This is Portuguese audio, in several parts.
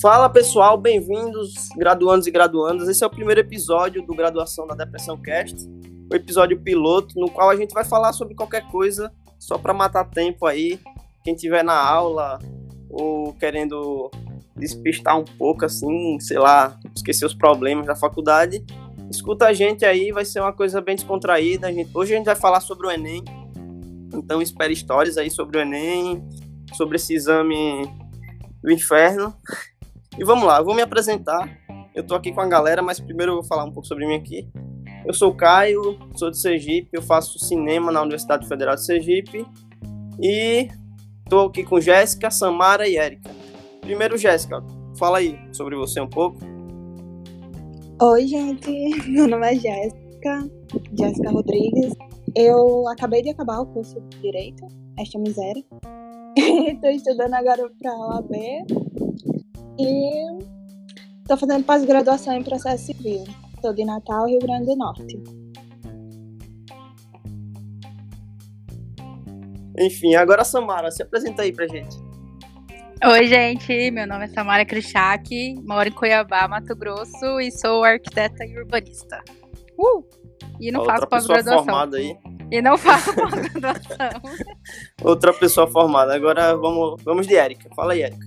Fala pessoal, bem-vindos, graduandos e graduandas. Esse é o primeiro episódio do Graduação da Depressão Cast, o episódio piloto, no qual a gente vai falar sobre qualquer coisa, só para matar tempo aí. Quem tiver na aula ou querendo despistar um pouco, assim, sei lá, esquecer os problemas da faculdade, escuta a gente aí, vai ser uma coisa bem descontraída. A gente, hoje a gente vai falar sobre o Enem, então espere histórias aí sobre o Enem, sobre esse exame do inferno. E vamos lá, eu vou me apresentar. Eu tô aqui com a galera, mas primeiro eu vou falar um pouco sobre mim aqui. Eu sou o Caio, sou de Sergipe, eu faço cinema na Universidade Federal de Sergipe. E tô aqui com Jéssica, Samara e Érica. Primeiro, Jéssica, fala aí sobre você um pouco. Oi, gente. Meu nome é Jéssica, Jéssica Rodrigues. Eu acabei de acabar o curso de Direito, esta é miséria. Estou estudando agora para a OAB e estou fazendo pós-graduação em processo civil. Estou de Natal, Rio Grande do Norte. Enfim, agora Samara, se apresenta aí pra gente. Oi, gente. Meu nome é Samara Krichak, moro em Cuiabá, Mato Grosso e sou arquiteta e urbanista. Uh! E não Outra faço pessoa pós-graduação. formada aí. E não faço pós-graduação. Outra pessoa formada. Agora vamos, vamos de Érica. Fala aí, Érica.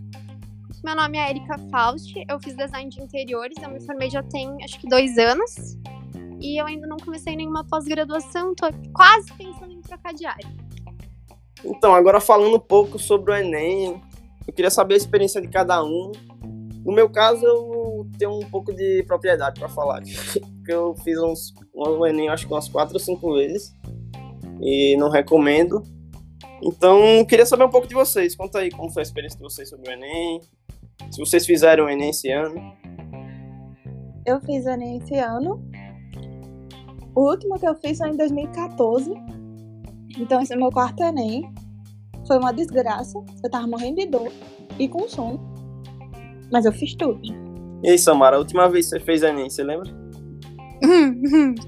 Meu nome é Erika Faust, eu fiz design de interiores, eu me formei já tem acho que dois anos. E eu ainda não comecei nenhuma pós-graduação, tô quase pensando em trocar de área. Então, agora falando um pouco sobre o Enem, eu queria saber a experiência de cada um. No meu caso, eu tenho um pouco de propriedade para falar, porque eu fiz uns, um Enem acho que umas quatro ou cinco vezes e não recomendo. Então, eu queria saber um pouco de vocês. Conta aí como foi a experiência de vocês sobre o Enem, se vocês fizeram o Enem esse ano. Eu fiz Enem esse ano. O último que eu fiz foi em 2014. Então esse é o meu quarto Enem. Foi uma desgraça. Eu tava morrendo de dor e com sono. Mas eu fiz tudo. E aí, Samara, a última vez que você fez Enem, você lembra?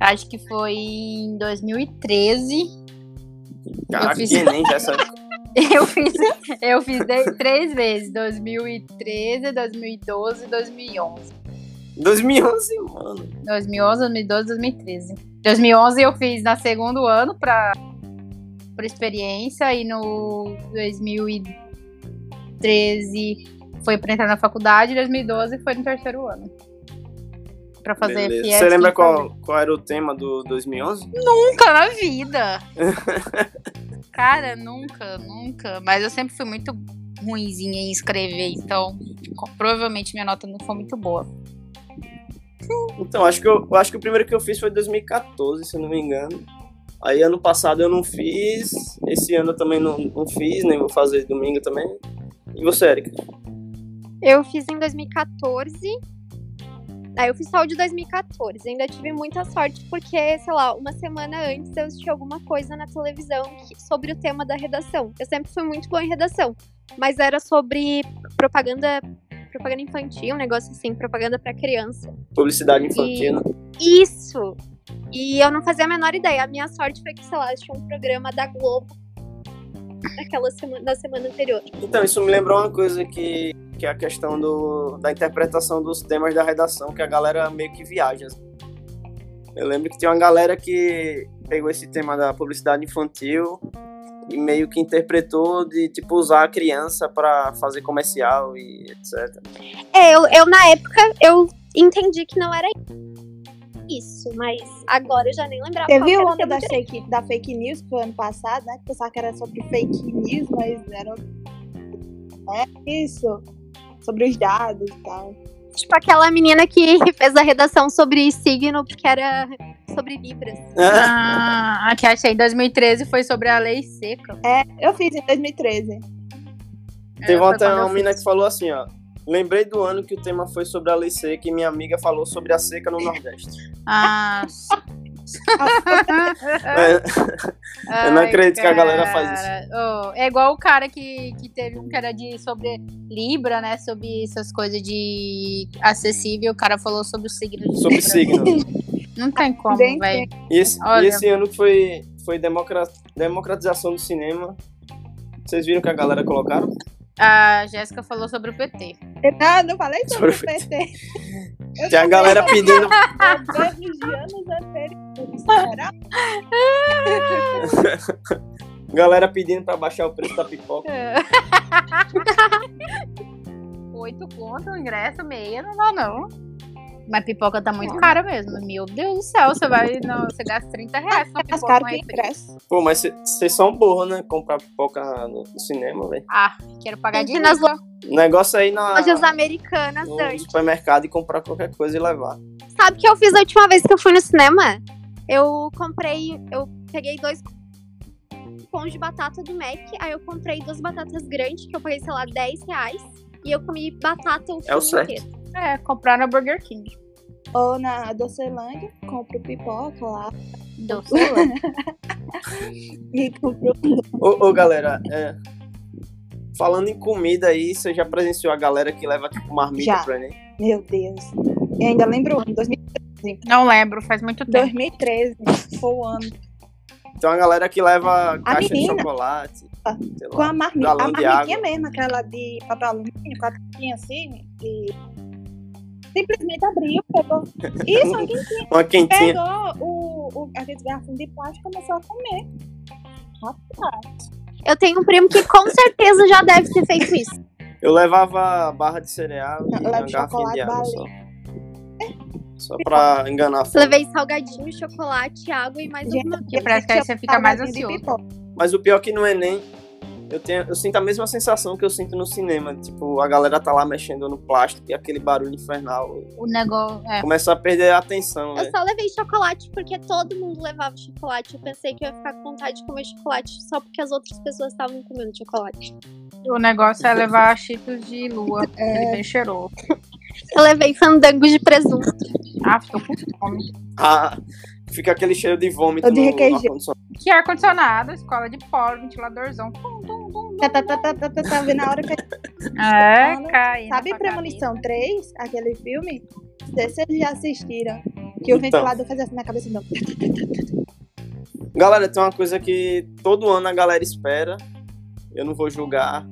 Acho que foi em 2013. Caraca, fiz- que Enem já essa Eu fiz, eu fiz de- três vezes: 2013, 2012 2011. 2011, mano. 2011, 2012, 2013. 2011 eu fiz na segundo ano para por experiência e no 2013 foi para entrar na faculdade, e 2012 foi no terceiro ano. Para fazer Beleza. FIES Você lembra e fazer- qual, qual era o tema do 2011? Nunca na vida. Cara, nunca, nunca, mas eu sempre fui muito ruinzinha em escrever, então co- provavelmente minha nota não foi muito boa. Então, acho que, eu, eu acho que o primeiro que eu fiz foi em 2014, se eu não me engano. Aí ano passado eu não fiz, esse ano eu também não, não fiz, nem vou fazer domingo também. E você, Erika? Eu fiz em 2014. Aí eu fiz só o de 2014. Ainda tive muita sorte porque, sei lá, uma semana antes eu assisti alguma coisa na televisão que- sobre o tema da redação. Eu sempre fui muito boa em redação, mas era sobre propaganda, propaganda infantil, um negócio assim, propaganda pra criança. Publicidade infantil, né? Isso! E eu não fazia a menor ideia. A minha sorte foi que, sei lá, tinha um programa da Globo daquela semana, da semana anterior. Então, isso me lembrou uma coisa que, que é a questão do, da interpretação dos temas da redação, que a galera meio que viaja. assim. Eu lembro que tinha uma galera que pegou esse tema da publicidade infantil e meio que interpretou de, tipo, usar a criança pra fazer comercial e etc. É, eu, eu na época eu entendi que não era isso, mas agora eu já nem lembrava. qual Teve que o era ano tema da direito. fake, da fake news que foi ano passado, né? Que pensava que era sobre fake news, mas era. É isso. Sobre os dados e tal. Tipo aquela menina que fez a redação sobre signo, porque era sobre Libras. Ah, que achei em 2013 foi sobre a lei seca. É, eu fiz em 2013. Teve É, foi até quando eu uma menina fiz. que falou assim, ó. Lembrei do ano que o tema foi sobre a lei seca e minha amiga falou sobre a seca no Nordeste. Ah, Ah, É. É, Eu não acredito que a galera faz isso. isso. é igual o cara que, que teve um que era de, sobre Libra, né? Sobre essas coisas de acessível. O cara falou sobre o signo de sobre Libra. signo. Não tem como, Gente, velho. E esse, e Olha. esse ano que foi, foi democra- democratização do cinema. Vocês viram que a galera colocaram? A Jéssica falou sobre o PT. Ah, não falei sobre o PT. Eu Tem a tô galera pedindo. Anos anteriores. Ah. Será? Galera pedindo pra baixar o preço da pipoca. Oito conto, um ingresso, meia, não dá não. Mas pipoca tá muito cara mesmo. Meu Deus do céu, você vai. Não, você gasta 30 reais numa As pipoca. caras com que refri. ingresso. Pô, mas vocês são burros, né? Comprar pipoca no, no cinema, velho. Ah, quero pagar Tem que ir de nas novo. Negócio aí na, Lojas americanas, no antes. supermercado e comprar qualquer coisa e levar. Sabe o que eu fiz a última vez que eu fui no cinema? Eu comprei, eu peguei dois pães de batata do Mac, aí eu comprei duas batatas grandes, que eu paguei, sei lá, 10 reais. E eu comi batata o filme certo. inteiro. É, comprar na Burger King. Ou na Docelândia, compro pipoca lá. Doce. E compro. Ô, ô, galera, é, falando em comida aí, você já presenciou a galera que leva tipo marmita Já. pra Enem? Meu Deus. Eu ainda lembro o ano, 2000 Não lembro, faz muito tempo. 2013. Foi o ano. Tem uma galera que leva caixa menina. de chocolate. sei lá. Com a marmita. Galão de a marmitinha água. mesmo, aquela de papel alumínio, com a tampinha assim. E... Simplesmente abriu, pegou. Isso, alguém Uma quentinha. pegou o, o, aquele garfo de plástico e começou a comer. Rapaz. Eu tenho um primo que com certeza já deve ter feito isso. Eu levava barra de cereal e Leva uma garrafinha chocolate, de água vale. só. Só pra enganar. a fome. Levei salgadinho, chocolate, água e mais Gente, alguma Que coisa. parece que aí você fica mais Salgadinho de ansioso. pipoca. Mas o pior é que no Enem, eu, tenho, eu sinto a mesma sensação que eu sinto no cinema. Tipo, a galera tá lá mexendo no plástico e aquele barulho infernal. O negócio. É. Começa a perder a atenção, Eu né? só levei chocolate porque todo mundo levava chocolate. Eu pensei que eu ia ficar com vontade de comer chocolate só porque as outras pessoas estavam comendo chocolate. O negócio é levar cheetos de lua. É. Ele bem cheirou. Eu levei fandango de presunto. Ah, ficou com fome. Ah, fica aquele cheiro de vômito Eu de no- no requeijão. ar-condicionado. Que ar-condicionado, escola de pó, ventiladorzão. Tum, tum, tum, Tá, tá, tá, tá, tá, tá, tá, vendo na hora que tum. É, Mano, cai. na Sabe sua Premonição 3, aquele filme? Não sei se vocês já assistiram. Que o Então. ventilador fazia assim na cabeça do Galera, tem uma coisa que todo ano a galera espera. Eu não vou julgar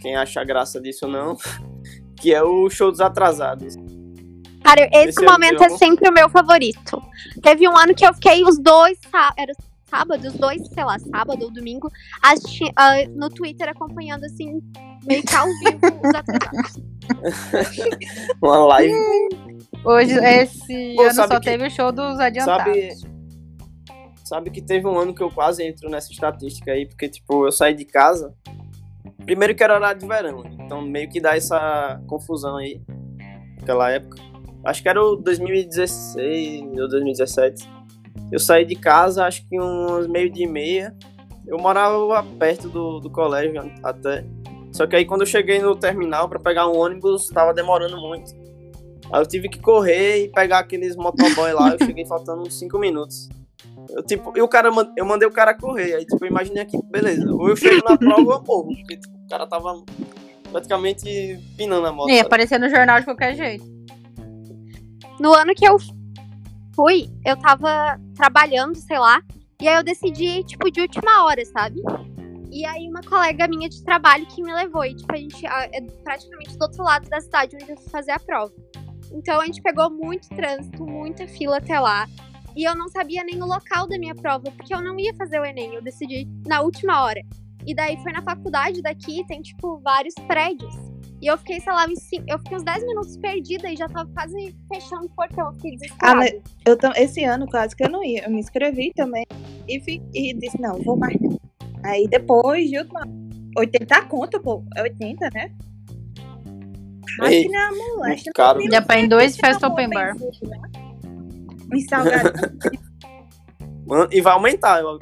quem acha graça disso ou não. Que é o show dos atrasados. Cara, esse, Esse é o momento teu? é, sempre o meu favorito. Teve um ano que eu fiquei os dois, sá- era sábado, os dois, sei lá, sábado ou domingo, assisti- ah, no Twitter acompanhando assim, meio que ao vivo os atrasados. Uma live. cabeça. Hoje, esse Pô, ano sabe só que- teve o show dos adiantados. Sabe, sabe que teve um ano que eu quase entro nessa estatística aí, porque, tipo, eu saí de casa. Primeiro que era horário de verão, então meio que dá essa confusão aí, naquela época. Acho que era o 2016 ou 2017. Eu saí de casa, acho que uns meio de meia. Eu morava perto do, do colégio até. Só que aí quando eu cheguei no terminal pra pegar um ônibus, tava demorando muito. Aí eu tive que correr e pegar aqueles motoboy lá, eu cheguei faltando uns 5 minutos. Eu, tipo, e o cara, man- eu mandei o cara correr, aí tipo, eu imaginei aqui, beleza, ou eu chego na prova ou eu morro, porque tipo, o cara tava praticamente pinando a moto. É, Ia sabe? aparecer no jornal de qualquer jeito. No ano que eu fui, eu tava trabalhando, sei lá, e aí eu decidi, tipo, de última hora, sabe? E aí uma colega minha de trabalho que me levou, e tipo, a gente ah, é praticamente do outro lado da cidade onde eu fui fazer a prova. Então a gente pegou muito trânsito, muita fila até lá. E eu não sabia nem o local da minha prova, porque eu não ia fazer o Enem, eu decidi na última hora. E daí foi na faculdade daqui, tem tipo vários prédios. E eu fiquei, sei lá, uns cin- eu fiquei uns 10 minutos perdida e já tava quase fechando o portão, eu fiquei desesperada. Ah, mas eu tam- Esse ano quase que eu não ia. Eu me inscrevi também e, fi- e disse, não, vou marcar. Aí depois, de última... 80 conto, pô. É 80, né? Ei, Máquina molesta. caro. Dá pra ir em dois festa open bar. Me assim, né? salgado. Mano, e vai aumentar, eu-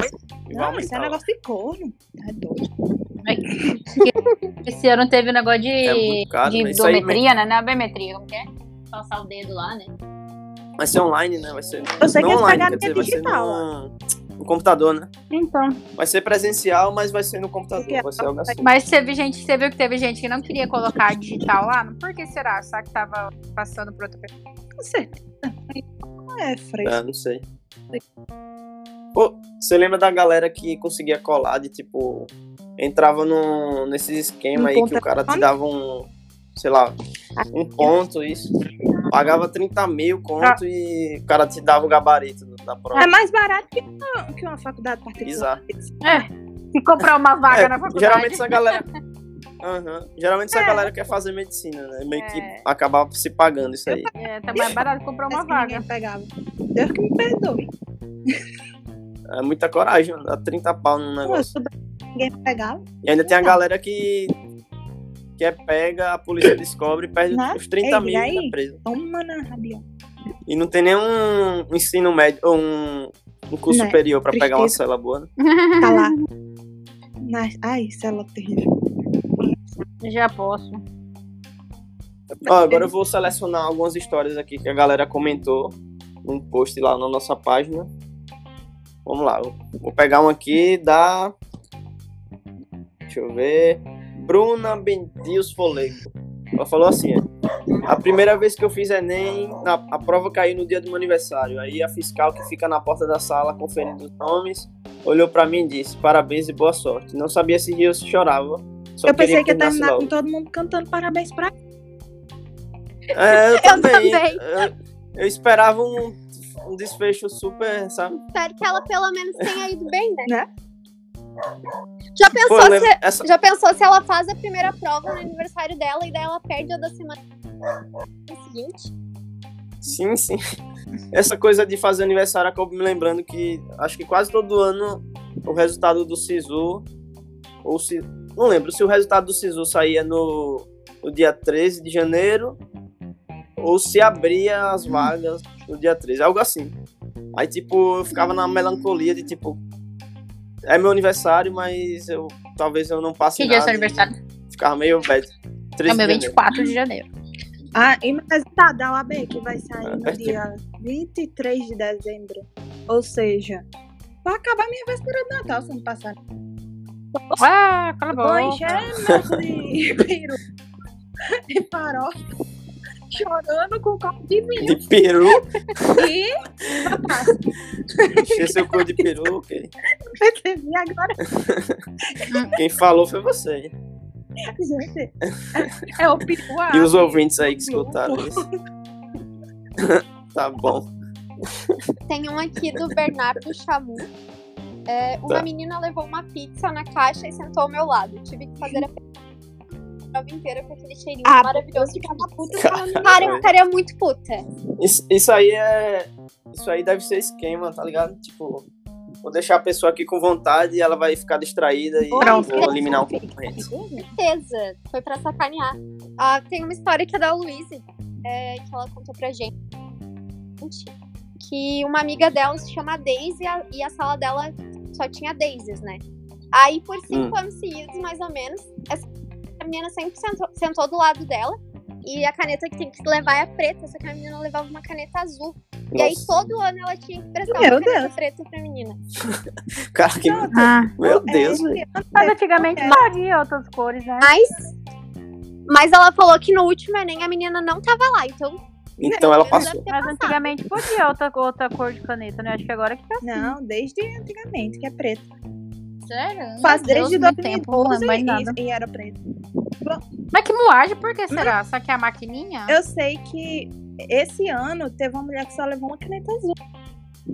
e vai Não, isso é um aumentar. negócio de corno. Tá doido. Esse ano teve o negócio de, É muito caro, de né? Isso aí idometria, né? Não é biometria, como que é? Passar o dedo lá, né? Vai ser online, né? Vai ser. Eu sei não que esse online, pagamento quer é dizer, vai ser digital. ó. no, no computador, né? Então. Vai ser presencial, mas vai ser no computador. Porque Vai ser algo assim. Mas teve gente, você viu que teve gente que não queria colocar digital lá? Por que será? Será que tava passando pra outra pessoa? Não sei. É, fresco. É, não sei. Pô, você lembra da galera que conseguia colar de tipo entrava num, nesse esquema Um aí que ponto o cara te dava econômico? um, sei lá, um ponto, isso. Pagava 30 mil conto e o cara te dava o gabarito do- da prova. É mais barato que uma, que uma faculdade particular. Se comprar uma vaga É, na faculdade. Geralmente essa galera. Aham. Geralmente essa galera quer fazer medicina, né? Meio que É. acabava se pagando isso aí. É, tá mais barato comprar uma Parece que vaga. ninguém pegava. Deus que me perdoe. Tá É muita coragem, dá 30 pau no Pô, eu negócio. sou branca, ninguém pegava. E ainda tem a galera que. que é pega, a polícia descobre e perde Né? os 30 Ei, mil e aí? e tá preso. Toma na rabia. E não tem nenhum ensino médio, ou um, um curso Né? superior pra pegar uma Tristeza. cela boa, né? Tá lá. Na... Ai, célula terrível. Já posso. Ó, agora eu vou selecionar algumas histórias aqui que a galera comentou num post lá na nossa página. Vamos lá, eu vou pegar um aqui da. Deixa eu ver. Bruna Bentios Folego. Ela falou assim: ó, A primeira vez que eu fiz Enem, na- a prova caiu no dia do meu aniversário. Aí a fiscal que fica na porta da sala conferindo os nomes olhou pra mim e disse: Parabéns e boa sorte. Não sabia se ria ou se chorava. Só Eu pensei Então queria que ia terminasse terminar logo. com todo mundo cantando parabéns pra É, eu também. também. Eu, eu esperava um, um desfecho super, sabe? Espero que ela pelo menos tenha ido bem, né? Né? Já pensou, Pô, eu lembro- se, essa, já pensou se ela faz a primeira prova no aniversário dela e daí ela perde a da semana seguinte? sim, sim. Essa coisa de fazer aniversário acabou me lembrando que acho que quase todo ano o resultado do SISU. Ou se. Não lembro se o resultado do SISU saía no, no dia 13 de janeiro. Ou se abria as vagas no dia 13. Algo assim. Aí, tipo, eu ficava na melancolia de tipo. É meu aniversário, mas eu talvez eu não passe Que dia nada. é seu aniversário? Ficava meio bad. É 13 de o meu janeiro. 24 de janeiro. Ah, e o resultado da UAB que vai sair Ah, no certinho. dia 23 de dezembro. Ou seja, vai acabar minha véspera de Natal se não passar. Ah, cala a Dois boca. gêmeos de peru e farofa chorando com copo de vinho. um. De peru? E Encher seu cu de peru, ok. percebi agora, Quem falou foi você. gente. É, é o peru. a Ah, E os ave. ouvintes aí que escutaram isso. Tá bom. Tem um aqui do Bernardo Chamu. É, uma Tá. menina levou uma pizza na caixa e sentou ao meu lado. Tive que fazer a Hum. prova inteira com aquele cheirinho Ah, maravilhoso é de Ficava puta Cara, eu ficaria muito puta. Isso, isso aí é. Isso aí deve ser esquema, tá ligado? Tipo, vou deixar a pessoa aqui com vontade e ela vai ficar distraída e Pronto. vou eliminar um o concorrente. certeza. Foi pra sacanear. Ah, tem uma história que é da Luísa, é, que ela contou pra gente. Que uma amiga dela se chama Daisy e a- e a sala dela só tinha Daisies, né? Aí, por cinco anos seguidos, mais ou menos, essa menina sempre sentou, sentou do lado dela. E a caneta que tem que levar é a preta, só que a menina levava uma caneta azul. E aí, Nossa, todo ano, ela tinha que prestar Meu uma caneta Deus. preta pra menina. cara, que... Ah. Meu Deus, velho. Ah. Mas antigamente É. varia outras cores, né? Mas, mas ela falou que no último Enem a menina não tava lá, então Então ela Deve passou. ter Mas passado. antigamente podia outra, outra cor de caneta, né? Acho que agora que tá. Não, desde antigamente, que é preto. Sério? Faz desde do tempo, não 2012 lembro mais nada. e, e era preto. Mas que moagem, por que será? Só que é a maquininha? Eu sei que esse ano teve uma mulher que só levou uma caneta azul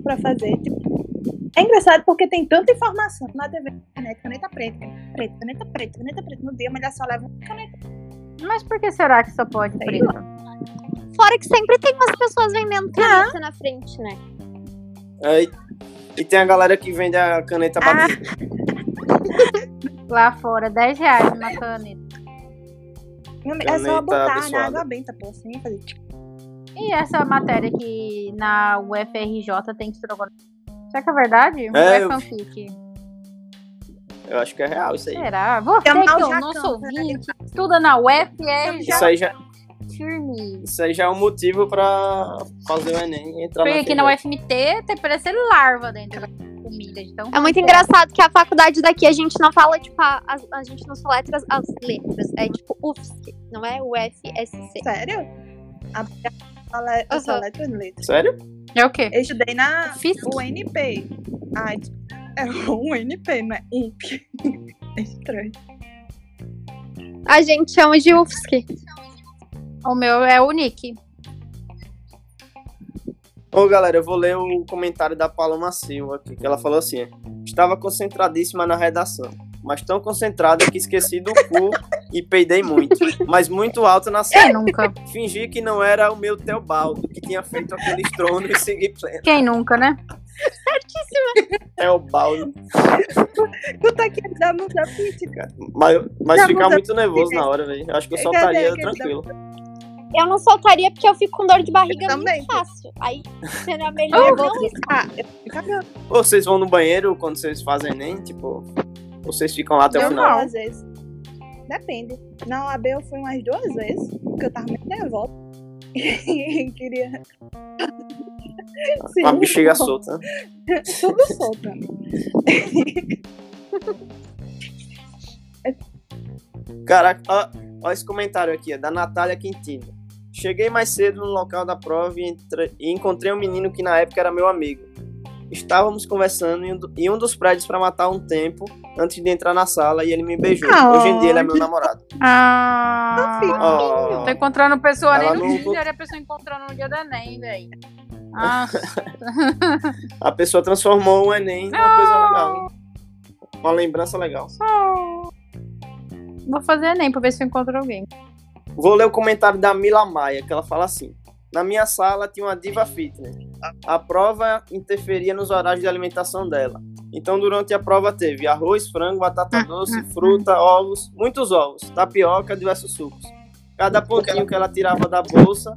pra fazer. tipo, É engraçado porque tem tanta informação na TV, internet, caneta preta, caneta preta, caneta preta, caneta preta. No dia a mulher só leva uma caneta. Mas por que será que só pode Sei preto? é Fora que sempre tem umas pessoas vendendo caneta na frente, né? Aí, e tem a galera que vende a caneta Ah. batida. Lá fora, 10 reais uma caneta. Não, É Caneta só botar na abençoada. água benta, pô, assim, fazer tipo, E essa matéria que na UFRJ tem estrogonofe? Será que é verdade? Ou É, é eu- fanfic? Eu acho que é real isso aí. Será? Você que Chamar o é o Jacão, nosso né? ouvinte, estuda na UFRJ Isso aí já, firme. Isso aí já é um motivo pra fazer o Enem e entrar Porque na aqui na é FEBEM. UFMT tem parece larva dentro da comida. Então, É muito engraçado que a faculdade daqui a gente não fala, tipo, a, as- a gente não soletra as, as letras. É tipo UFSC, não é UFSC. sério? A mulher fala, eu só Aham. letra em letra. Sério? É o quê? Eu estudei na Fiz. UNP. Ai, tipo, é UNP, não é? UNP. um É estranho. A gente chama de UFSC. O meu é o Nick. Ô galera, eu vou ler o comentário da Paloma Silva aqui, que ela falou assim: Estava concentradíssima na redação, mas tão concentrada que esqueci do cu e peidei muito, mas muito alto na Quem sala. nunca? Fingi que não era o meu Teobaldo, que tinha feito aquele estrondo e segui pleno. Quem nunca, né? Teobaldo, Puta que dá muita pizza. cara. Mas, mas Não, ficar mas é eu- muito nervoso na hora, velho. Eu Acho que eu Eu soltaria quero ver, eu quero tranquilo. Eu não soltaria porque eu fico com dor de barriga Eu também. muito fácil. Aí será melhor Eu vou não ficar. Eu vou ficar grávida, Ou vocês vão no banheiro quando vocês fazem Enem, tipo, vocês ficam lá até o eu final. não, às vezes. Depende. Na OAB eu fui umas duas vezes, porque eu tava muito nervosa. E queria. Com a Sim, bexiga bom. solta. né? Tudo solta. Caraca, ó, ó esse comentário aqui, é da Natália Quintino. Cheguei mais cedo no local da prova e, entre- e encontrei um menino que na época era meu amigo. Estávamos conversando em um, do- em um dos prédios para matar um tempo antes de entrar na sala e ele me beijou. Ah, Hoje em dia ele é meu que namorado. Ah, Ó, tô encontrando pessoa Ela nem no não- dia, olha a pessoa encontrando no dia do Enem, velho. Ah, a pessoa transformou o Enem numa coisa legal. Uma lembrança legal. vou fazer Enem pra ver se eu encontro alguém. Vou ler o comentário da Mila Maia, que ela fala assim: Na minha sala tinha uma diva fitness. A prova interferia nos horários de alimentação dela. Então, durante a prova, teve arroz, frango, batata doce, fruta, ovos, muitos ovos, tapioca, diversos sucos. Cada potinho que ela tirava da bolsa,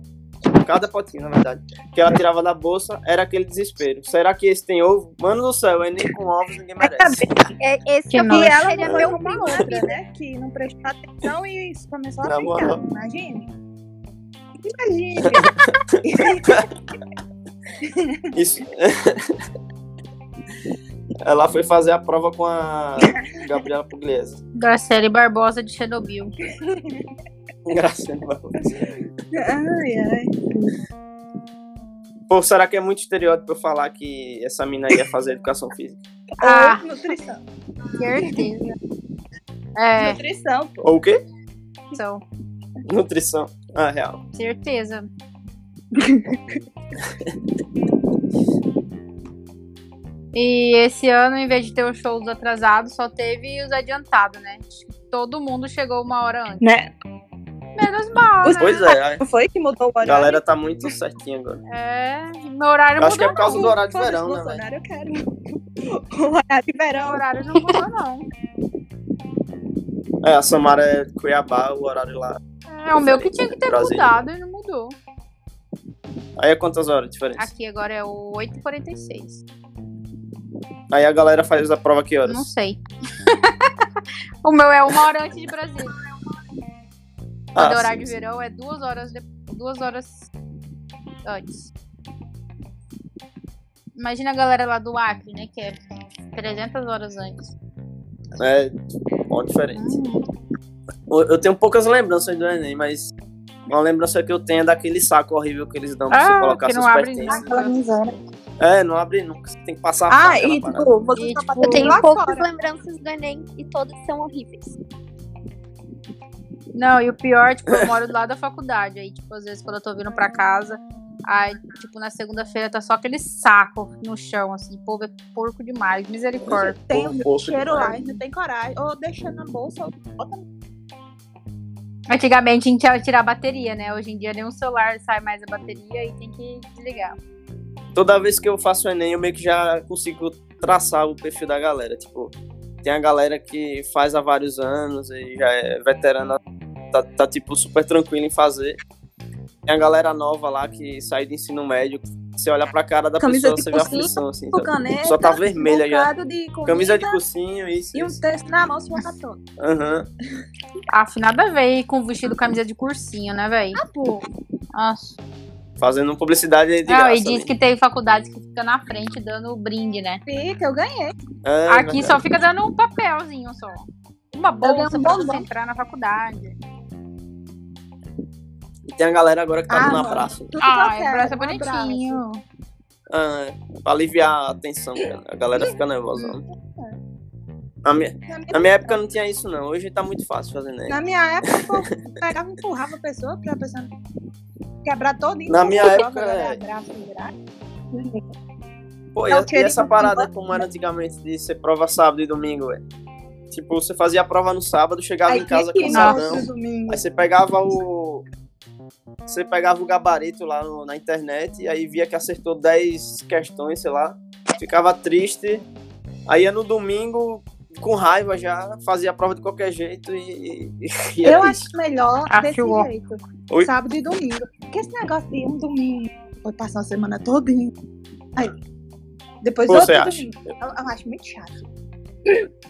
cada potinho, na verdade, que ela tirava da bolsa, era aquele desespero. Será que esse tem ovo? Mano do céu, é nem com ovos ninguém merece. É, esse Que eu nojo. E vi, ela seria foi meu uma outra, né? Que não prestou atenção e isso começou a Na brincar. moral. Imagine. Imagine. Isso. Ela foi fazer a prova com a Gabriela Pugliese. Graciele Barbosa de Chernobyl. Engraçado. ai, ai. Pô, será que é muito estereótipo eu falar que essa mina ia fazer educação física? Ah. Ou nutrição. Certeza. É, Nutrição, pô. Ou o quê? são. Nutrição. Ah, real. Certeza. E esse ano, em vez de ter os shows atrasados, só teve os adiantados, né? Todo mundo chegou uma hora antes. Né? Menos mal, né? Pois é, a Ah, Não foi que mudou o horário? galera tá muito certinha agora. É, meu horário Eu acho que é mudou por causa do não. horário de Foda-se, verão, né, velho? Bolsonaro, eu quero. O horário de Meu verão. horário não mudou, não. É, a Samara é de Cuiabá, o horário lá. É o meu que tinha que ter Brasília. mudado e não mudou. Aí é quantas horas de diferença? Aqui agora é o 8h46. Aí a galera faz a prova que Não horas? sei. o meu é uma hora antes de Brasília. Ah, o do horário sim, de sim. verão é duas horas, de- duas horas antes. Imagina a galera lá do Acre, né? Que é 300 horas antes. É, bom, diferente. Hum, Eu eu tenho poucas lembranças do Enem, mas uma lembrança que eu tenho é daquele saco horrível que eles dão pra você Ah, colocar que não seus abre pertences. nada. Aquela miséria. É, não abre nunca. Você tem que passar a Ah, faca na e parada. tipo, você só E, tipo, pode Eu ter tenho lá poucas fora. lembranças do Enem e todas são horríveis. Não, e o pior, tipo, eu moro lá da faculdade. Aí, tipo, às vezes quando eu tô vindo pra casa, aí, tipo, na segunda-feira tá só aquele saco no chão, assim. O povo é porco demais, misericórdia. Tem Porra, um porra, cheiro cara. lá, e não tem coragem. Ou deixa na bolsa, ou bota no Antigamente a gente ia tirar a bateria, né? Hoje em dia nenhum celular sai mais a bateria e tem que desligar. toda vez que eu faço o Enem, eu meio que já consigo traçar o perfil da galera. Tipo, tem a galera que faz há vários anos e já é veterana, tá, tá, tipo super tranquila em fazer. Tem a galera nova lá que sai do ensino médio, você olha pra cara da Camisa pessoa, de você vê a cursinho, aflição, assim. sabe? caneta. Só tá vermelha um já. bocado De comida, Camisa de cursinho, isso. E um isso. texto na mão, se botar todo. Aham. Aff, nada a ver com vestido camisa de cursinho, né, velho? Tá, Pô, Nossa. Fazendo publicidade de Não, graça. né? e diz ali. que tem faculdades que fica na frente dando brinde, né? fica, eu ganhei. É, Aqui verdade. só fica dando um papelzinho só. Uma ganhei bolsa um pra bombom. você entrar na faculdade. E tem a galera agora que tá Ah, dando mano. abraço. Tudo Ah, que eu é quero, abraço um abraço. bonitinho. Ah, é. pra aliviar a tensão, cara. a galera fica nervosa. né? Na minha, Na minha, na minha época não tinha isso, não. Hoje tá muito fácil fazer Enem. na minha época, o povo pegava e empurrava a pessoa pra pessoa quebrar todo Na minha época, é. Pô, e, Não, e querido, essa parada não como era antigamente de ser prova sábado e domingo, velho? Tipo, você fazia a prova no sábado, chegava em casa cansadão. domingo. Aí você pegava o. Você pegava o gabarito lá no- na internet e aí via que acertou 10 questões, sei lá. Ficava triste. Aí ia no domingo, com raiva já, fazia a prova de qualquer jeito e. e- e é Eu era acho melhor Ah, desse filó. jeito. Oi? Sábado e domingo. Porque esse negócio de um domingo foi passar a semana todinha. Aí, depois Você outro acha? domingo. Eu, eu acho muito chato.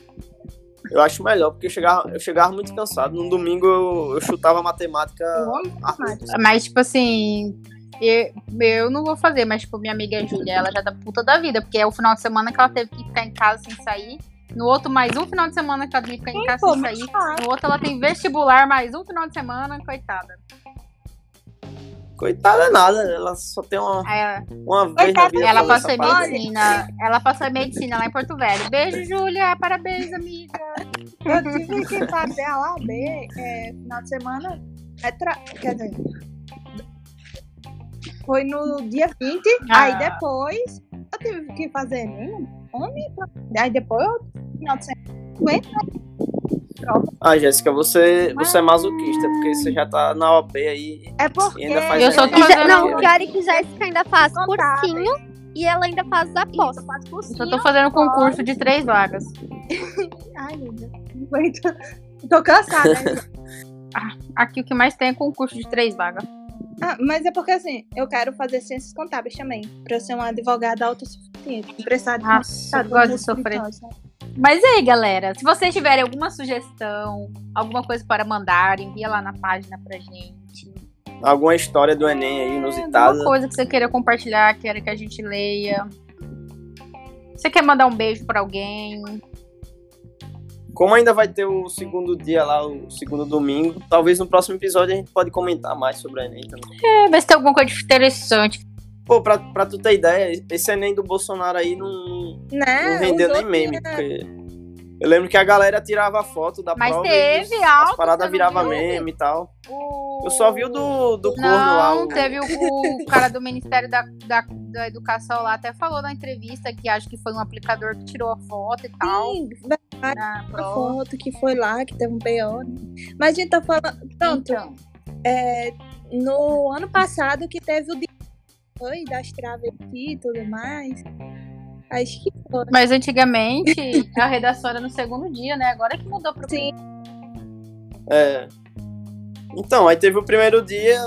Eu acho melhor, porque eu chegava, eu chegava muito cansado. No domingo eu, eu chutava matemática. Eu amo matemática. Mas, tipo assim, eu, eu não vou fazer, mas, tipo, minha amiga Júlia, ela já tá puta da vida, porque é o final de semana que ela teve que ficar em casa sem sair. No outro, mais um final de semana que ela teve que ficar em casa pô, sem mas sair. tá. No outro, ela tem vestibular mais um final de semana, coitada. Coitada é nada, ela só tem uma, É, uma vez na Coitada, vida. ela fazer essa passou em parada. medicina. Ela passou em medicina lá em Porto Velho. Beijo, Júlia. Parabéns, amiga. Eu tive que fazer a OAB é, final de semana. É tra... Quer dizer. Foi no dia 20, Ah. aí depois eu tive que fazer nenhum homem, aí depois eu final de semana. Ah, Jéssica, você, você é masoquista, porque você já tá na OAB aí. É porque ainda faz um Eu só tô Enem. Já- fazendo- um não, o pior é que Jéssica ainda faz Contábeis. cursinho e ela ainda faz aposta. Só tô fazendo um concurso de três vagas. Ai, meu Deus. Não aguento. Tô cansada. né? Aqui o que mais tem é concurso de três vagas. Ah, mas é porque assim, eu quero fazer ciências contábeis também. Pra eu ser uma advogada autossuficiente. Não precisar de Ah, consultado eu gosto no de sofrer. escritório, sabe? Mas e aí, galera, se vocês tiverem alguma sugestão, alguma coisa para mandar, envia lá na página pra gente. Alguma história do Enem aí inusitada. Alguma coisa que você queira compartilhar, queira que a gente leia. Você quer mandar um beijo pra alguém? Como ainda vai ter o segundo dia lá, o segundo domingo, talvez no próximo episódio a gente pode comentar mais sobre o Enem também. É, mas tem alguma coisa interessante. Pô, pra, pra tu ter ideia, esse Enem do Bolsonaro aí não, Né? não É, rendeu Os nem outros, meme, né? porque... Eu lembro que a galera tirava foto da Mas prova teve e as alto, você paradas não virava viu? meme e tal. O- Eu só vi o do, do corno lá. Não, o- teve o, o cara do Ministério da, da, da Educação lá, até falou na entrevista que acho que foi um aplicador que tirou a foto e tal. Sim, na a prova. foto que foi lá, que teve um PO. né? Mas a gente tá falando. Pronto, Então, é, no ano passado que teve o dia foi, das travesti e tudo mais. Acho que foi. Mas antigamente a redação era no segundo dia, né? Agora que mudou pro Sim. É. Então, aí teve o primeiro dia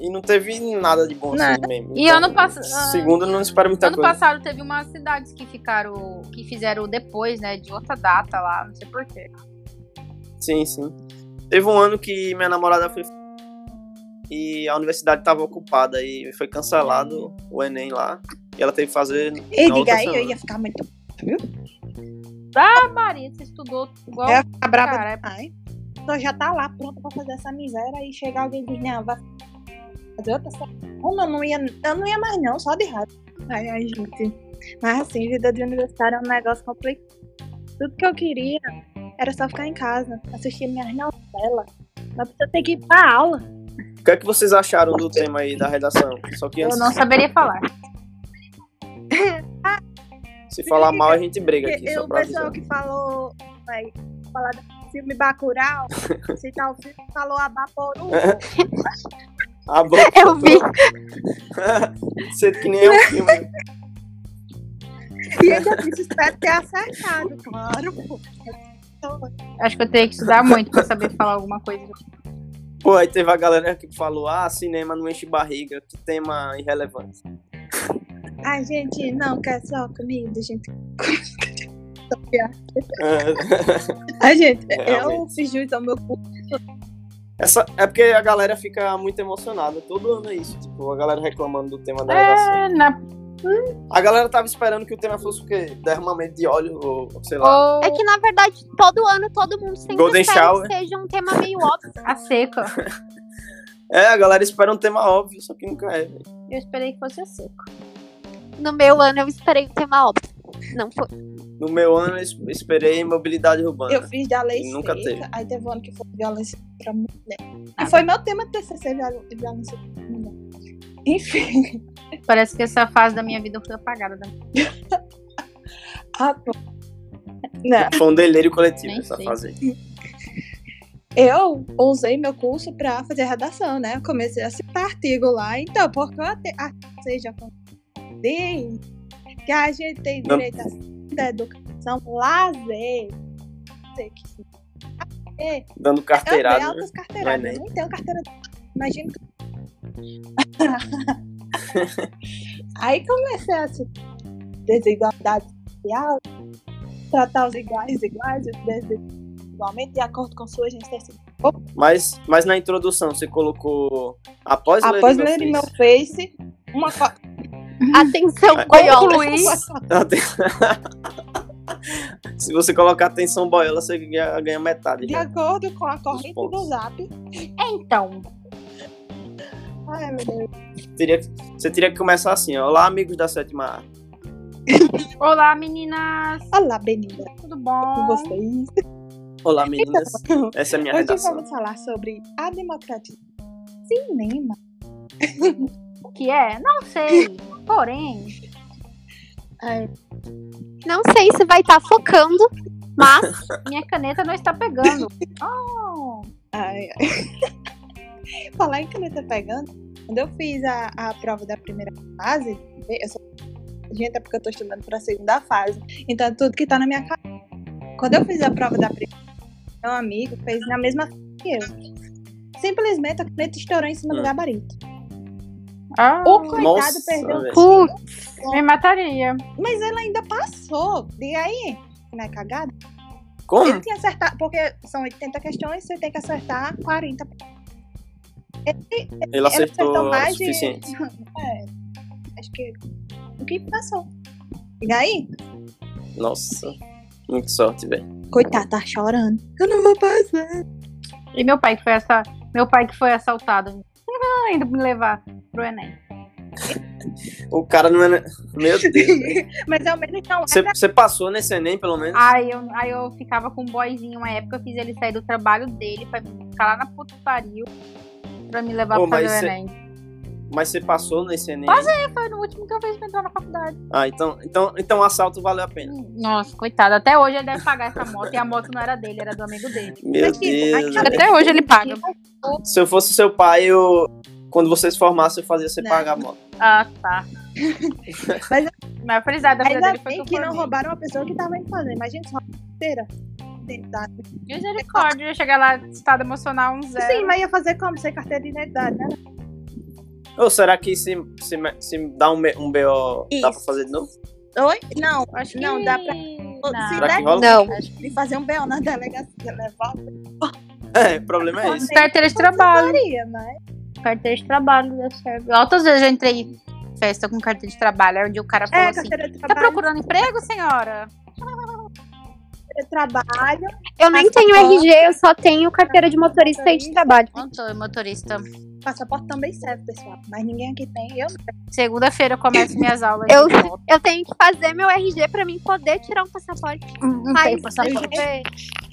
e não teve nada de bom assim Nada. mesmo. E Então, ano passado- Segundo, não espero muita ano coisa. passado teve umas cidades que ficaram. que fizeram depois, né? De outra data lá, não sei porquê. Sim, sim. Teve um ano que minha namorada foi. E a universidade estava ocupada e foi cancelado o Enem lá. E ela teve que fazer. E Na outra diga aí, eu semana. ia ficar muito. Ah, Maria, você estudou igual. Eu ia ficar brava. Cara, é- Ai, então já tá lá pronta pra fazer essa miséria e chegar alguém e diz, não, vai fazer outra série. Como eu não ia. Eu não ia mais não, só de rato. Ai, ai, gente. Mas assim, vida de universitário é um negócio complicado. Tudo que eu queria era só ficar em casa, assistir minhas novelas. Não precisa ter que ir pra aula. O que é que vocês acharam do tema aí da redação? Só que Eu antes, não saberia falar. se falar mal, a gente briga aqui, Porque só o pra pessoal avisar. que falou, vai, falar do filme Bacurau, citar o filme, falou Abaporu. Ah, bom. Eu vi. Sendo que nem é um filme. e ainda disse, espero ter acertado, claro. pô. Então, Acho que eu teria que estudar muito pra saber falar alguma coisa. Pô, aí teve a galera que falou: ah, cinema não enche barriga, que tema irrelevante. A gente não quer só comida, gente. A gente, eu É, Realmente. fiz jus ao meu cu. Essa, é porque a galera fica muito emocionada. Todo ano é isso. Tipo, a galera reclamando do tema da redação. É, na... A galera tava esperando que o tema fosse o quê? Derramamento de óleo, ou sei Oh. lá. Ou É que, na verdade, todo ano todo mundo sempre Golden espera shower. que seja um tema meio óbvio. a seca. É, a galera espera um tema óbvio, só que nunca é. velho. assim. Eu esperei que fosse a seca. No meu ano eu esperei um tema óbvio. Não foi. No meu ano eu es- esperei mobilidade urbana. Eu fiz da lei E nunca seca, teve. aí teve um ano que foi violência contra a mulher. E Ah, foi meu tema de TCC, viol- violência contra a mulher. Enfim, Parece que essa fase da minha vida foi apagada. da- ah, pô. Não, Foi um delírio coletivo Nem essa sei. fase. eu usei meu curso pra fazer redação, né? Eu comecei a citar artigo lá. Então, porque eu até, ah, seja diz que a gente tem Não. direito à saúde, à educação, lazer. não sei o que isso é. Dando Eu dei carteirada. né? altas carteiradas. no Enem. Eu nem tenho carteira. Imagina. que- Aí comecei a se desigualdade social, tratar os iguais iguais, os desigualmente, de acordo com suas necessidades. Mas, mas na introdução você colocou após, Após ler ler meu em meu face, uma foto. Atenção, É. Goiola. Concluí. Face. Se você colocar atenção boiola, você ganha, ganha metade. De né? acordo com a corrente do pontos. zap. Então, Ai, é, meu Deus. Teria, você teria que começar assim, ó. Olá, amigos da sétima A. olá meninas, Olá, Benita, tudo com bom? vocês. Olá, meninas. Então, Essa é a minha Hoje redação. vamos falar sobre a democratização do cinema. O que é? Não sei. Porém, Ai, Não sei se vai estar focando, mas minha caneta não está pegando. Oh, Ai, ai. Falar em caneta pegando, quando eu fiz a, a prova da primeira fase, né, eu sou... gente, é porque eu tô estudando pra segunda fase, então é tudo que tá na minha cabeça. Quando eu fiz a prova da primeira, meu amigo fez na mesma fase que eu. Simplesmente a caneta estourou em cima do Hum. gabarito. ah, O coitado Nossa, perdeu velho. putz, me mataria. Mas ele ainda passou. E aí? Não é cagada? Ele Como? tinha acertado, porque são 80 questões, você tem que acertar 40. Ele Ele acertou acertou mais o de- suficiente. É, acho que o que passou. E aí? Nossa. Muita sorte, velho. Coitado, tá chorando. Eu não vou passar. E meu pai que foi essa, meu pai que foi assaltado, ainda me levar pro Enem. O cara não é. Meu Deus. velho. Mas ao menos não Você, é pra você passou nesse Enem, pelo menos? Aí eu, aí eu ficava com um boyzinho uma época, eu fiz ele sair do trabalho dele pra me ficar lá na puta que pariu pra me levar Ô, pra mas fazer o cê- Enem. Mas você passou nesse Enem? Foi no último que eu fiz pra entrar na faculdade. Ah, então, então, então o assalto valeu a pena. Nossa, coitado. Até hoje ele deve pagar essa moto. E a moto não era dele, era do amigo dele. Meu Mas, tipo, Deus. aquela- velho. Até hoje ele paga. Se eu fosse seu pai, eu. Quando você se formasse, eu fazia você Não. pagar a moto. Ah, tá. Mas- Mas felicidade da vida Ainda dele foi bem eu que não formei. roubaram uma pessoa que tava indo fazer. Imagina só inteira. Tentado. Misericórdia, ia chegar lá, estado emocional, um zero. Sim, mas ia fazer como? Sem carteira de identidade, né? Ou será que se, se, se dá um, me- um BO, dá pra Isso. fazer de novo? Oi? Não, Acho que não dá pra Não. Será que rola? não. de fazer um BO na delegacia, levar É, o problema é Não. esse. Carteira Então, de trabalho. faria, né? Carteira de trabalho, deu certo. Altas vezes eu entrei em festa com carteira de trabalho, aí um dia o cara falou É, assim: carteira de Tá trabalho, procurando emprego, senhora? de trabalho. eu nem Passaporte. tá tenho RG, eu só tenho carteira de motorista e de trabalho. Motor, motorista. Passaporte também serve, pessoal. Mas ninguém aqui tem. Eu Segunda-feira eu começo minhas aulas. Eu- de volta. Eu tenho que fazer meu RG pra mim poder tirar um passaporte. não Faz, tenho passaporte.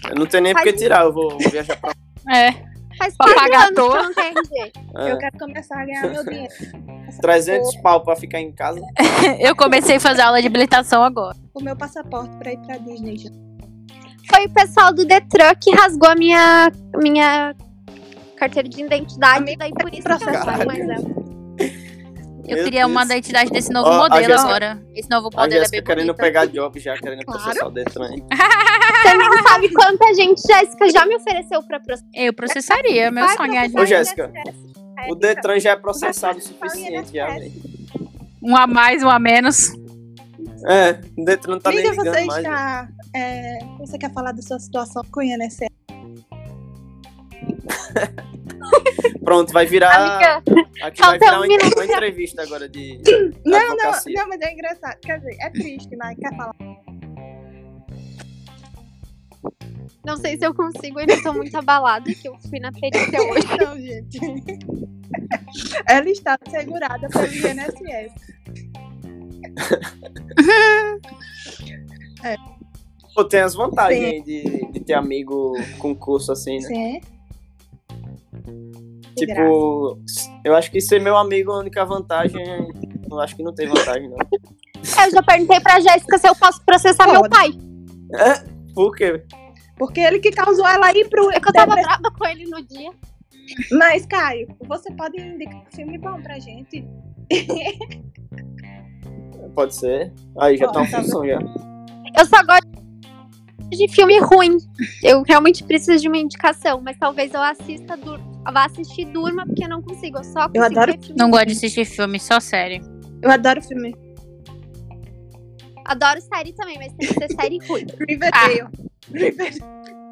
Eu não tenho nem Faz porque tirar, eu vou viajar pra. É. Faz Pra quatro pagar à anos que toa. eu não tenho RG. É. Eu quero começar a ganhar meu dinheiro. 300 pau pra ficar em casa. Eu comecei a fazer aula de habilitação agora. O meu passaporte pra ir pra Disney. gente. Foi o pessoal do Detran que rasgou a minha, minha carteira de identidade. Amiga, daí por isso que eu não processo. tenho mais ela. Eu Meu queria uma Deus. da identidade desse novo Ó, a modelo Jéssica- agora. Esse novo A modelo é bem Jéssica querendo bonito. pegar job já, querendo Claro. processar o Detran. hein? Você não sabe quanta gente, Jéssica, já me ofereceu pra processar. Eu processaria, meu Vai sonho é de Ô, Jéssica, É, O Detran já é Vai processado o processar o suficiente já, INSS. velho. um a mais, um a menos. É, o Detran não tá nem Amiga, então, você ligando mais. né? velho. está. é, você quer falar da sua situação com o INSS? Pronto, vai virar. Amiga, Aqui vai falta virar um uma, minuto. uma entrevista agora de. Não, não, advocacia. não, mas é engraçado. Quer dizer, é triste, mas quer falar. não sei se eu consigo, ainda tô muito abalada que eu fui na perícia hoje. Não, gente. É Ela está segurada pelo INSS. Pô, tem as vantagens hein, de, de ter amigo com curso assim, né? Sim. De graça. Tipo, eu acho que ser meu amigo, a única vantagem. é, Eu acho que não tem vantagem, não. Eu já perguntei pra Jéssica se eu posso processar meu Pode. pai. Por quê? Porque ele que causou ela ir pro. É que eu tava brava com ele no dia. Mas, Caio, você pode indicar um filme bom pra gente? Pode ser. Aí já tá uma Pode, tá função já. Eu só gosto de filme ruim. Eu realmente preciso de uma indicação, mas talvez eu assista, dur... vá assistir e durma, porque eu não consigo. Eu só consigo adoro ver filme. Não gosto de assistir filme, só série. Eu adoro filme. Adoro série também, mas tem que ser série ruim. Riverdale. Riverdale.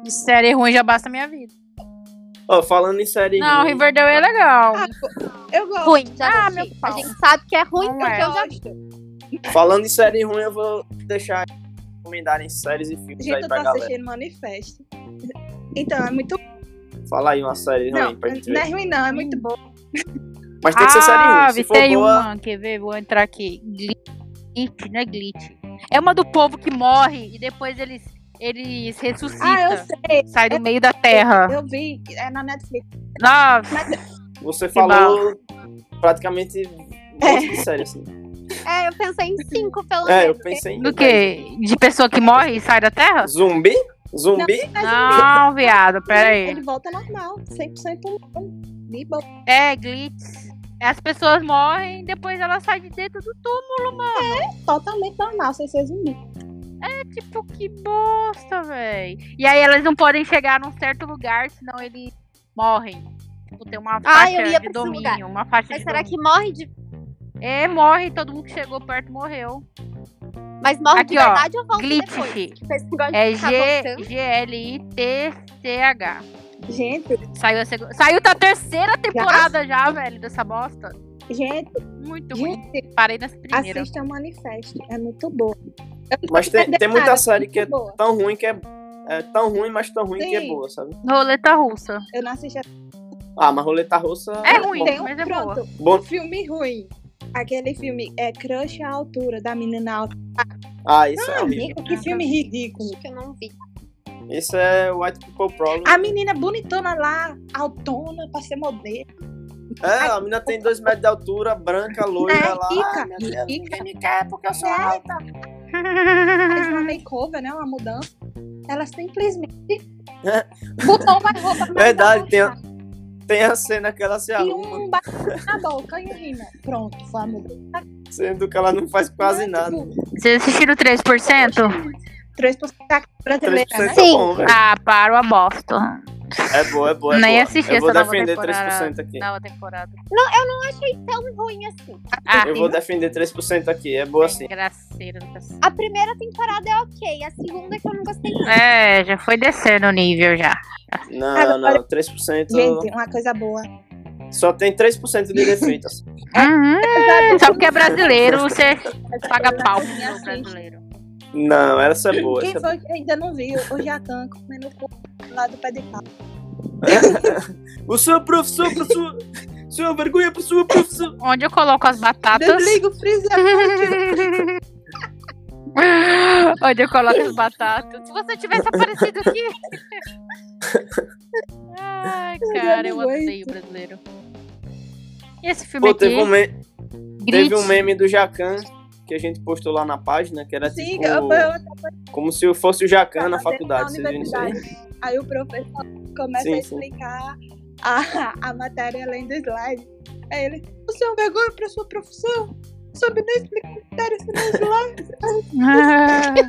De série ruim já basta a minha vida. Ó, falando em série. Não, ruim, Riverdale é legal. Ah, eu gosto. ruim, já Ah, assisti. meu A pau. gente sabe que é ruim Não porque é. eu já vi. Falando em série ruim, eu vou deixar recomendarem séries e filmes Gente, aí eu pra tô galera. assistindo Manifesto. Então, é muito. Fala aí uma série Não, ruim pra gente não é ver. ruim, não. É muito bom. Mas Ah, tem que ser série Ah, ruim. Se for Ah, tem boa. uma, quer ver? Vou entrar aqui. Glitch, não é Glitch. É uma do povo que morre e depois eles, eles ressuscitam. Ah, eu sei. sai do meio da terra. Eu vi. É na Netflix. Nossa, Você Que falou É. praticamente um monte de série, assim. É, eu pensei em cinco, pelo menos. É, eu pensei em. do que? De pessoa que morre e sai da terra? Zumbi? Zumbi? Mas Não, viado, pera ele, aí. ele volta normal. 100% humano. De boa. É, glitz. As pessoas morrem e depois ela sai de dentro do túmulo, mano. Totalmente normal, sem ser zumbi. É tipo, que bosta, véi. E aí elas não podem chegar num certo lugar, senão eles morrem. Tipo, tem uma faixa Ah, eu ia pra de esse domínio, lugar. uma faixa Mas de será domínio. que morre de. É, morre, todo mundo que chegou perto morreu. Mas morre Aqui, de ó, verdade ou volta Glitch. depois? Tipo, Esse negócio de É ficar G- voltando. G-L-I-T-C-H. Gente, Saiu a segu- Saiu da terceira temporada já, velho, dessa bosta. gente, Muito ruim. gente, Parei nessa primeira. assista Manifesto. É muito boa. Eu não Mas vou tem, perder tem muita nada, série que é muito boa. tão ruim que é. É tão ruim, mas tão ruim que é Sim. boa, sabe? Roleta russa. Eu não assisti. Ah, mas roleta russa. É ruim, tem um, mas é boa. pronto. Bom, Filme ruim. Aquele filme é Crush à altura da menina alta. um ah, isso é horrível. Amigo, que filme ridículo. assim, Que eu não vi. um Isso é White People Problem. A menina bonitona lá, autona, pra ser modelo. É, a menina tem dois metros de altura, branca, loira, É, lá. rica, "Ah, meu Deus, rica. Ninguém me quer porque eu sou É. alta. Fez Ah. uma makeover, né? Uma mudança. Ela simplesmente É. botou uma roupa mais Verdade, tem a- Tá abaixada Tem a cena que ela se e arruma, um bafo na boca e um rima. Pronto, foi a mudança. sendo que ela não faz quase Não, nada. tipo, Vocês assistiram 3%? 3% da brasileira, 3% né? é bom, velho. Ah, para o aposto. É boa, é boa. É Nem boa. assisti Eu vou essa nova defender temporada. 3% aqui. Nova temporada. Achei tão ruim assim. Ah, Eu vou defender 3% aqui. É boa sim. Graceiro. tá assim. A primeira temporada é ok, a segunda é que eu não gostei muito. É, já foi descendo o nível já. Não, Agora- não. 3%. Gente, uma coisa boa. Só tem 3% de defeitos. Uhum, só porque é brasileiro, você paga pau pro brasileiro. Não, essa é boa. Quem Essa é... foi que ainda não viu? O Jatan comendo o lá do pé de pau. O seu professor, professor. Sua vergonha pro seu professor. Onde eu coloco as batatas? Desliga o É freezer. Onde eu coloco as batatas. Se você tivesse aparecido aqui. Ai, Eu já cara, eu não odeio aguento. brasileiro. E esse filme Pô, teve um, aqui, me- Grit, teve um meme do Jacan que a gente postou lá na página, que era Sim, tipo, eu, eu como se eu fosse o Jacan na tava faculdade. Vocês dentro da viram isso aí? universidade. Aí o professor começa Sim, a sim. explicar a, a matéria além do slide. Aí ele, você é um vergonha pra sua profissão? Soube nem explicar a matéria sem nem slide.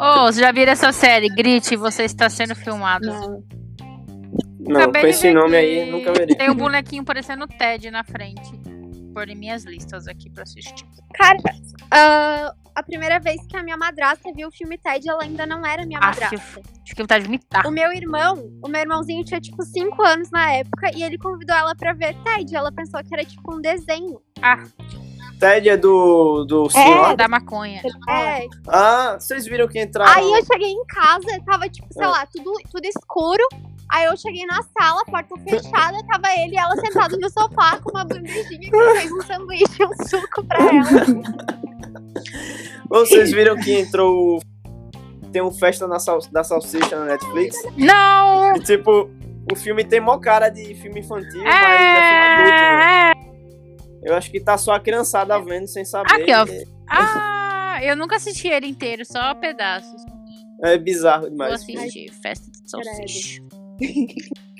Ô, você já viram essa série? Grit, você está sendo filmado. Não. Não, Acabei com de esse ver nome aqui. aí, nunca veria. Tem um bonequinho parecendo o Ted na frente. Por minhas listas aqui pra assistir. Cara, ah, a primeira vez que a minha madrasta viu o filme Ted, ela ainda não era minha Acho, que- madrasta. acho que ele tá de vomitar. O meu irmão, o meu irmãozinho tinha tipo 5 anos na época e ele convidou ela pra ver Ted. Ela pensou que era tipo um desenho. Ted é do, do senhor. Da maconha. É. Ah, vocês viram que entraram. Aí eu cheguei em casa, tava tipo, sei Ah. lá, tudo, tudo escuro. Aí eu cheguei na sala, porta fechada, tava ele e ela sentada no sofá com uma bandejinha que eu fez um sanduíche e um suco pra ela. Vocês viram que entrou o tem um Festa na Sal- da Salsicha na Netflix. Não! E, tipo, o filme tem mó cara de filme infantil, mas é filme adulto. né? É... Eu acho que tá só a criançada vendo sem saber. Aqui, ó. Ah, eu nunca assisti ele inteiro, só pedaços. É bizarro Vou demais. assistir Festa de Salsicha.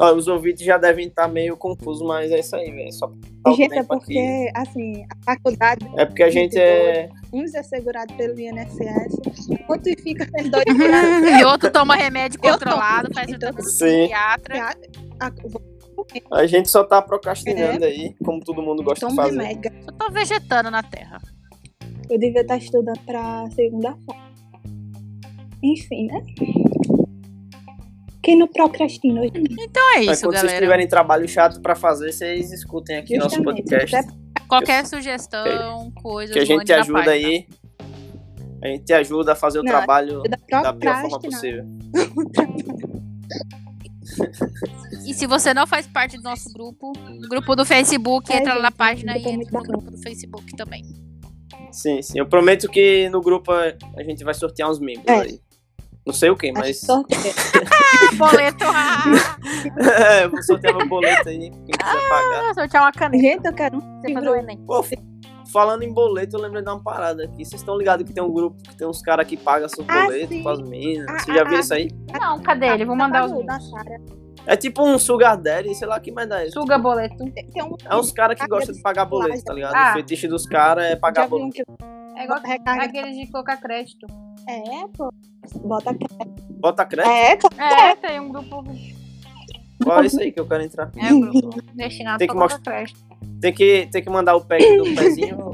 Ó, os ouvintes já devem estar meio confusos, mas é isso aí, velho. Só pra o Gente, é tempo porque, aqui. assim, a faculdade, É porque a gente é. uns é segurado pelo INSS, outros ficam sendo dois e outro toma remédio Eu controlado, tomo. faz o Então- Sim. psiquiatra. A gente só tá É. procrastinando aí, como todo mundo gosta de Tom de fazer. um mega. Eu tô vegetando na terra. Eu devia estar estudando pra segunda fase. Enfim, né? Quem não procrastina hoje em dia, Então é Mas isso, quando vocês galera. tiverem trabalho chato pra fazer, vocês escutem aqui nosso justamente. podcast. Até- Qualquer sugestão, coisa, É. Que a gente mande na ajuda página. aí. A gente te ajuda a fazer o Não, trabalho da da pior forma procrastinar. possível. E se você não faz parte do nosso grupo, o grupo do Facebook, É, entra lá na gente, página o e grupo é entra muito no grupo do Facebook também. Sim, sim. Eu prometo que no grupo a a gente vai sortear uns membros É. aí. Não sei o que, mas. Acho sorteio. Ah, boleto! Ah, É, eu vou sortear meu boleto aí, quem Ah! quiser pagar. vou sortear uma caneta Gente, eu quero um pra fazer livro. o Enem. Pô, f- falando em boleto, eu lembrei de uma parada aqui. Vocês estão ligados que tem um grupo que tem uns caras que pagam seus Ah, boletos sim. com as minas. Ah, Vocês já ah, viram ah. isso aí? Não, cadê ele? Vou mandar os Na cara. É tipo um sugar daddy, sei lá que mais dá isso. suga boleto. Tem um... É uns caras que Paga gostam de pagar boleto, tá ligado? Ah. O fetiche dos caras é Já pagar vi um boleto. que É igual bota recarga. aquele de colocar crédito. É, pô. Bota crédito. Bota crédito? É, pô. É, tem um grupo. Qual é isso aí que eu quero entrar? É um grupo destinado Tem pra que colocar crédito. Tem que, tem que mandar o pack do pezinho,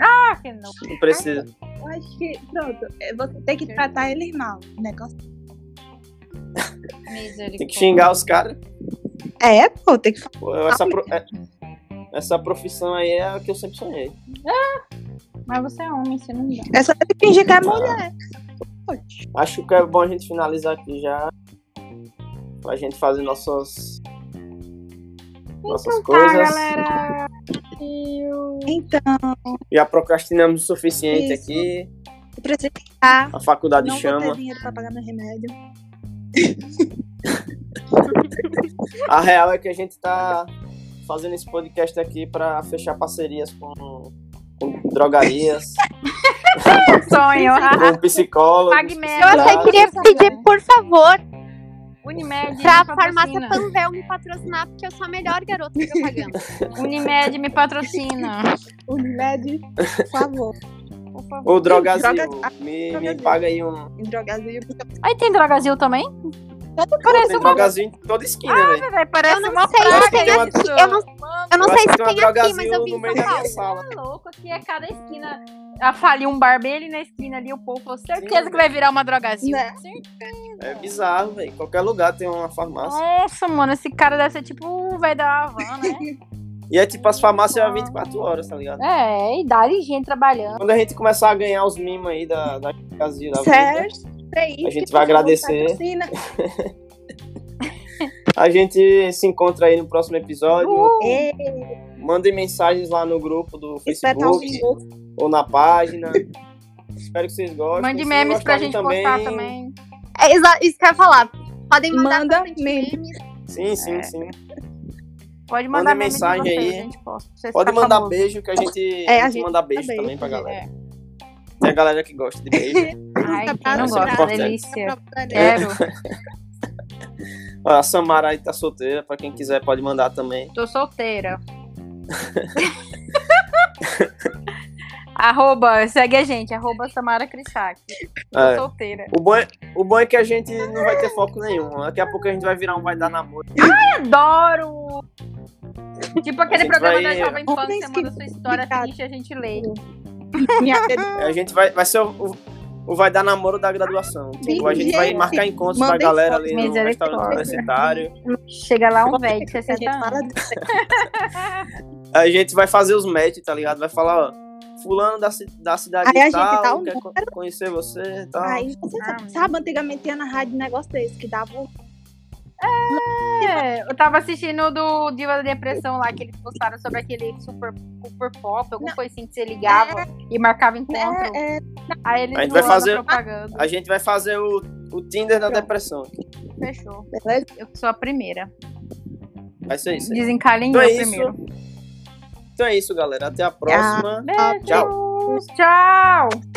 Ah, que não. não precisa. Eu acho que, pronto, é, você tem que tratar eles mal. O negócio. Tem que Misericórdia. xingar os caras. É, pô, tem que Pô, Essa, pro- é- essa profissão aí é a que eu sempre sonhei. Mas você é homem, você não dá. É só tem que fingir que é mulher. Poxa. Acho que é bom a gente finalizar aqui já. Pra gente fazer nossas. Nossas coisas. galera. Então, Já procrastinamos o suficiente Isso. aqui. eu preciso ficar. A faculdade Não vou Tá chama. ter dinheiro pra pagar meu remédio. A real é que a gente tá fazendo esse podcast aqui pra fechar parcerias com, com drogarias, Sonho. ah. com psicólogos. Magmed. Eu até psiquiatras. queria pedir, por favor, Unimed. pra me farmácia patrocina. Panvel me patrocinar, porque eu sou a melhor garota de propaganda. Unimed me patrocina. Unimed, por favor. Por favor. Ô, Drogazil, Droga- me, me Drogazil. paga aí um. Em drogazil, porque Aí tem Drogazil também? é Tem drogazil em toda esquina, velho. Parece Eu é não uma sei se praga. tem isso. aqui, eu não- Eu não Eu sei acho se que tem uma tem aqui, mas eu drogazil no vim em meio São da minha Paulo. sala. Tá louco que a cada esquina a falir um barbeiro ali na esquina ali, o povo com certeza Sim. que vai virar uma drogazil. Né? Certeza. É bizarro, velho. Qualquer lugar tem uma farmácia. Nossa, mano, esse cara deve ser tipo vai dar uma van, né? E é tipo, as farmácias é 24 horas, tá ligado? é, idade gente trabalhando. Quando a gente começar a ganhar os mimos aí da, da Drogazil, da vida, certo. É isso A gente que vai você agradecer. patrocina. a gente se encontra aí no próximo episódio. Uh, É, Mandem mensagens lá no grupo do espero tá um Facebook ou na página. Espero que vocês gostem. mande Se memes pra gostarem gente postar também. É exa- isso que eu ia falar. Podem mandar Manda bastante mesmo. memes. Sim, sim, sim. Pode mandar Mandem memes de mensagem vocês, aí. a gente posta, pra vocês Pode ficar mandar famosos. beijo, que a gente, tá É, a a gente gente manda beijo beijo. também pra galera. É. Tem a galera que gosta de beijo. Ai, quem não Isso é gosta, importante. delícia. É. Quero. Ó, a Samara aí tá solteira, pra quem quiser pode mandar também. Tô solteira. arroba, segue a gente, arroba Samara Crisac. Tô É. solteira. O bom, é, o bom é que a gente não vai ter foco nenhum. Daqui a pouco a gente vai virar um vai dar namoro. Adoro! Tipo aquele A gente vai- programa da Jovem Pan que Homens você manda que- sua história Obrigada. triste e a gente lê. Minha querida, É, A gente vai, vai ser o, o- o vai dar namoro da graduação. Tipo, a gente vai Gente, marcar encontros com a mandem galera fotos, ali no restaurante misericórdia. universitário. Chega lá um velho de a gente 60 anos. fala desse A gente vai fazer os match, tá ligado? Vai falar, ó, fulano da, ci- da cidade Aí a gente tal, dá um quer co- conhecer você e tal. aí. Você Ah, sabe, sabe, antigamente tinha na rádio um negócio desse que dava um. É, eu tava assistindo do Diva da Depressão lá, que eles postaram sobre aquele super, super pop, alguma coisa assim que você ligava e marcava encontro. É, é, Aí eles A gente vai enrolando fazer- propaganda. A gente vai fazer o, o Tinder da depressão. Fechou. beleza? Eu que sou a primeira. Vai ser isso. aí. Desencalhem Então eu é isso. primeiro. Ah. Então é isso, galera. Até a próxima. Beijo. Tchau. Tchau.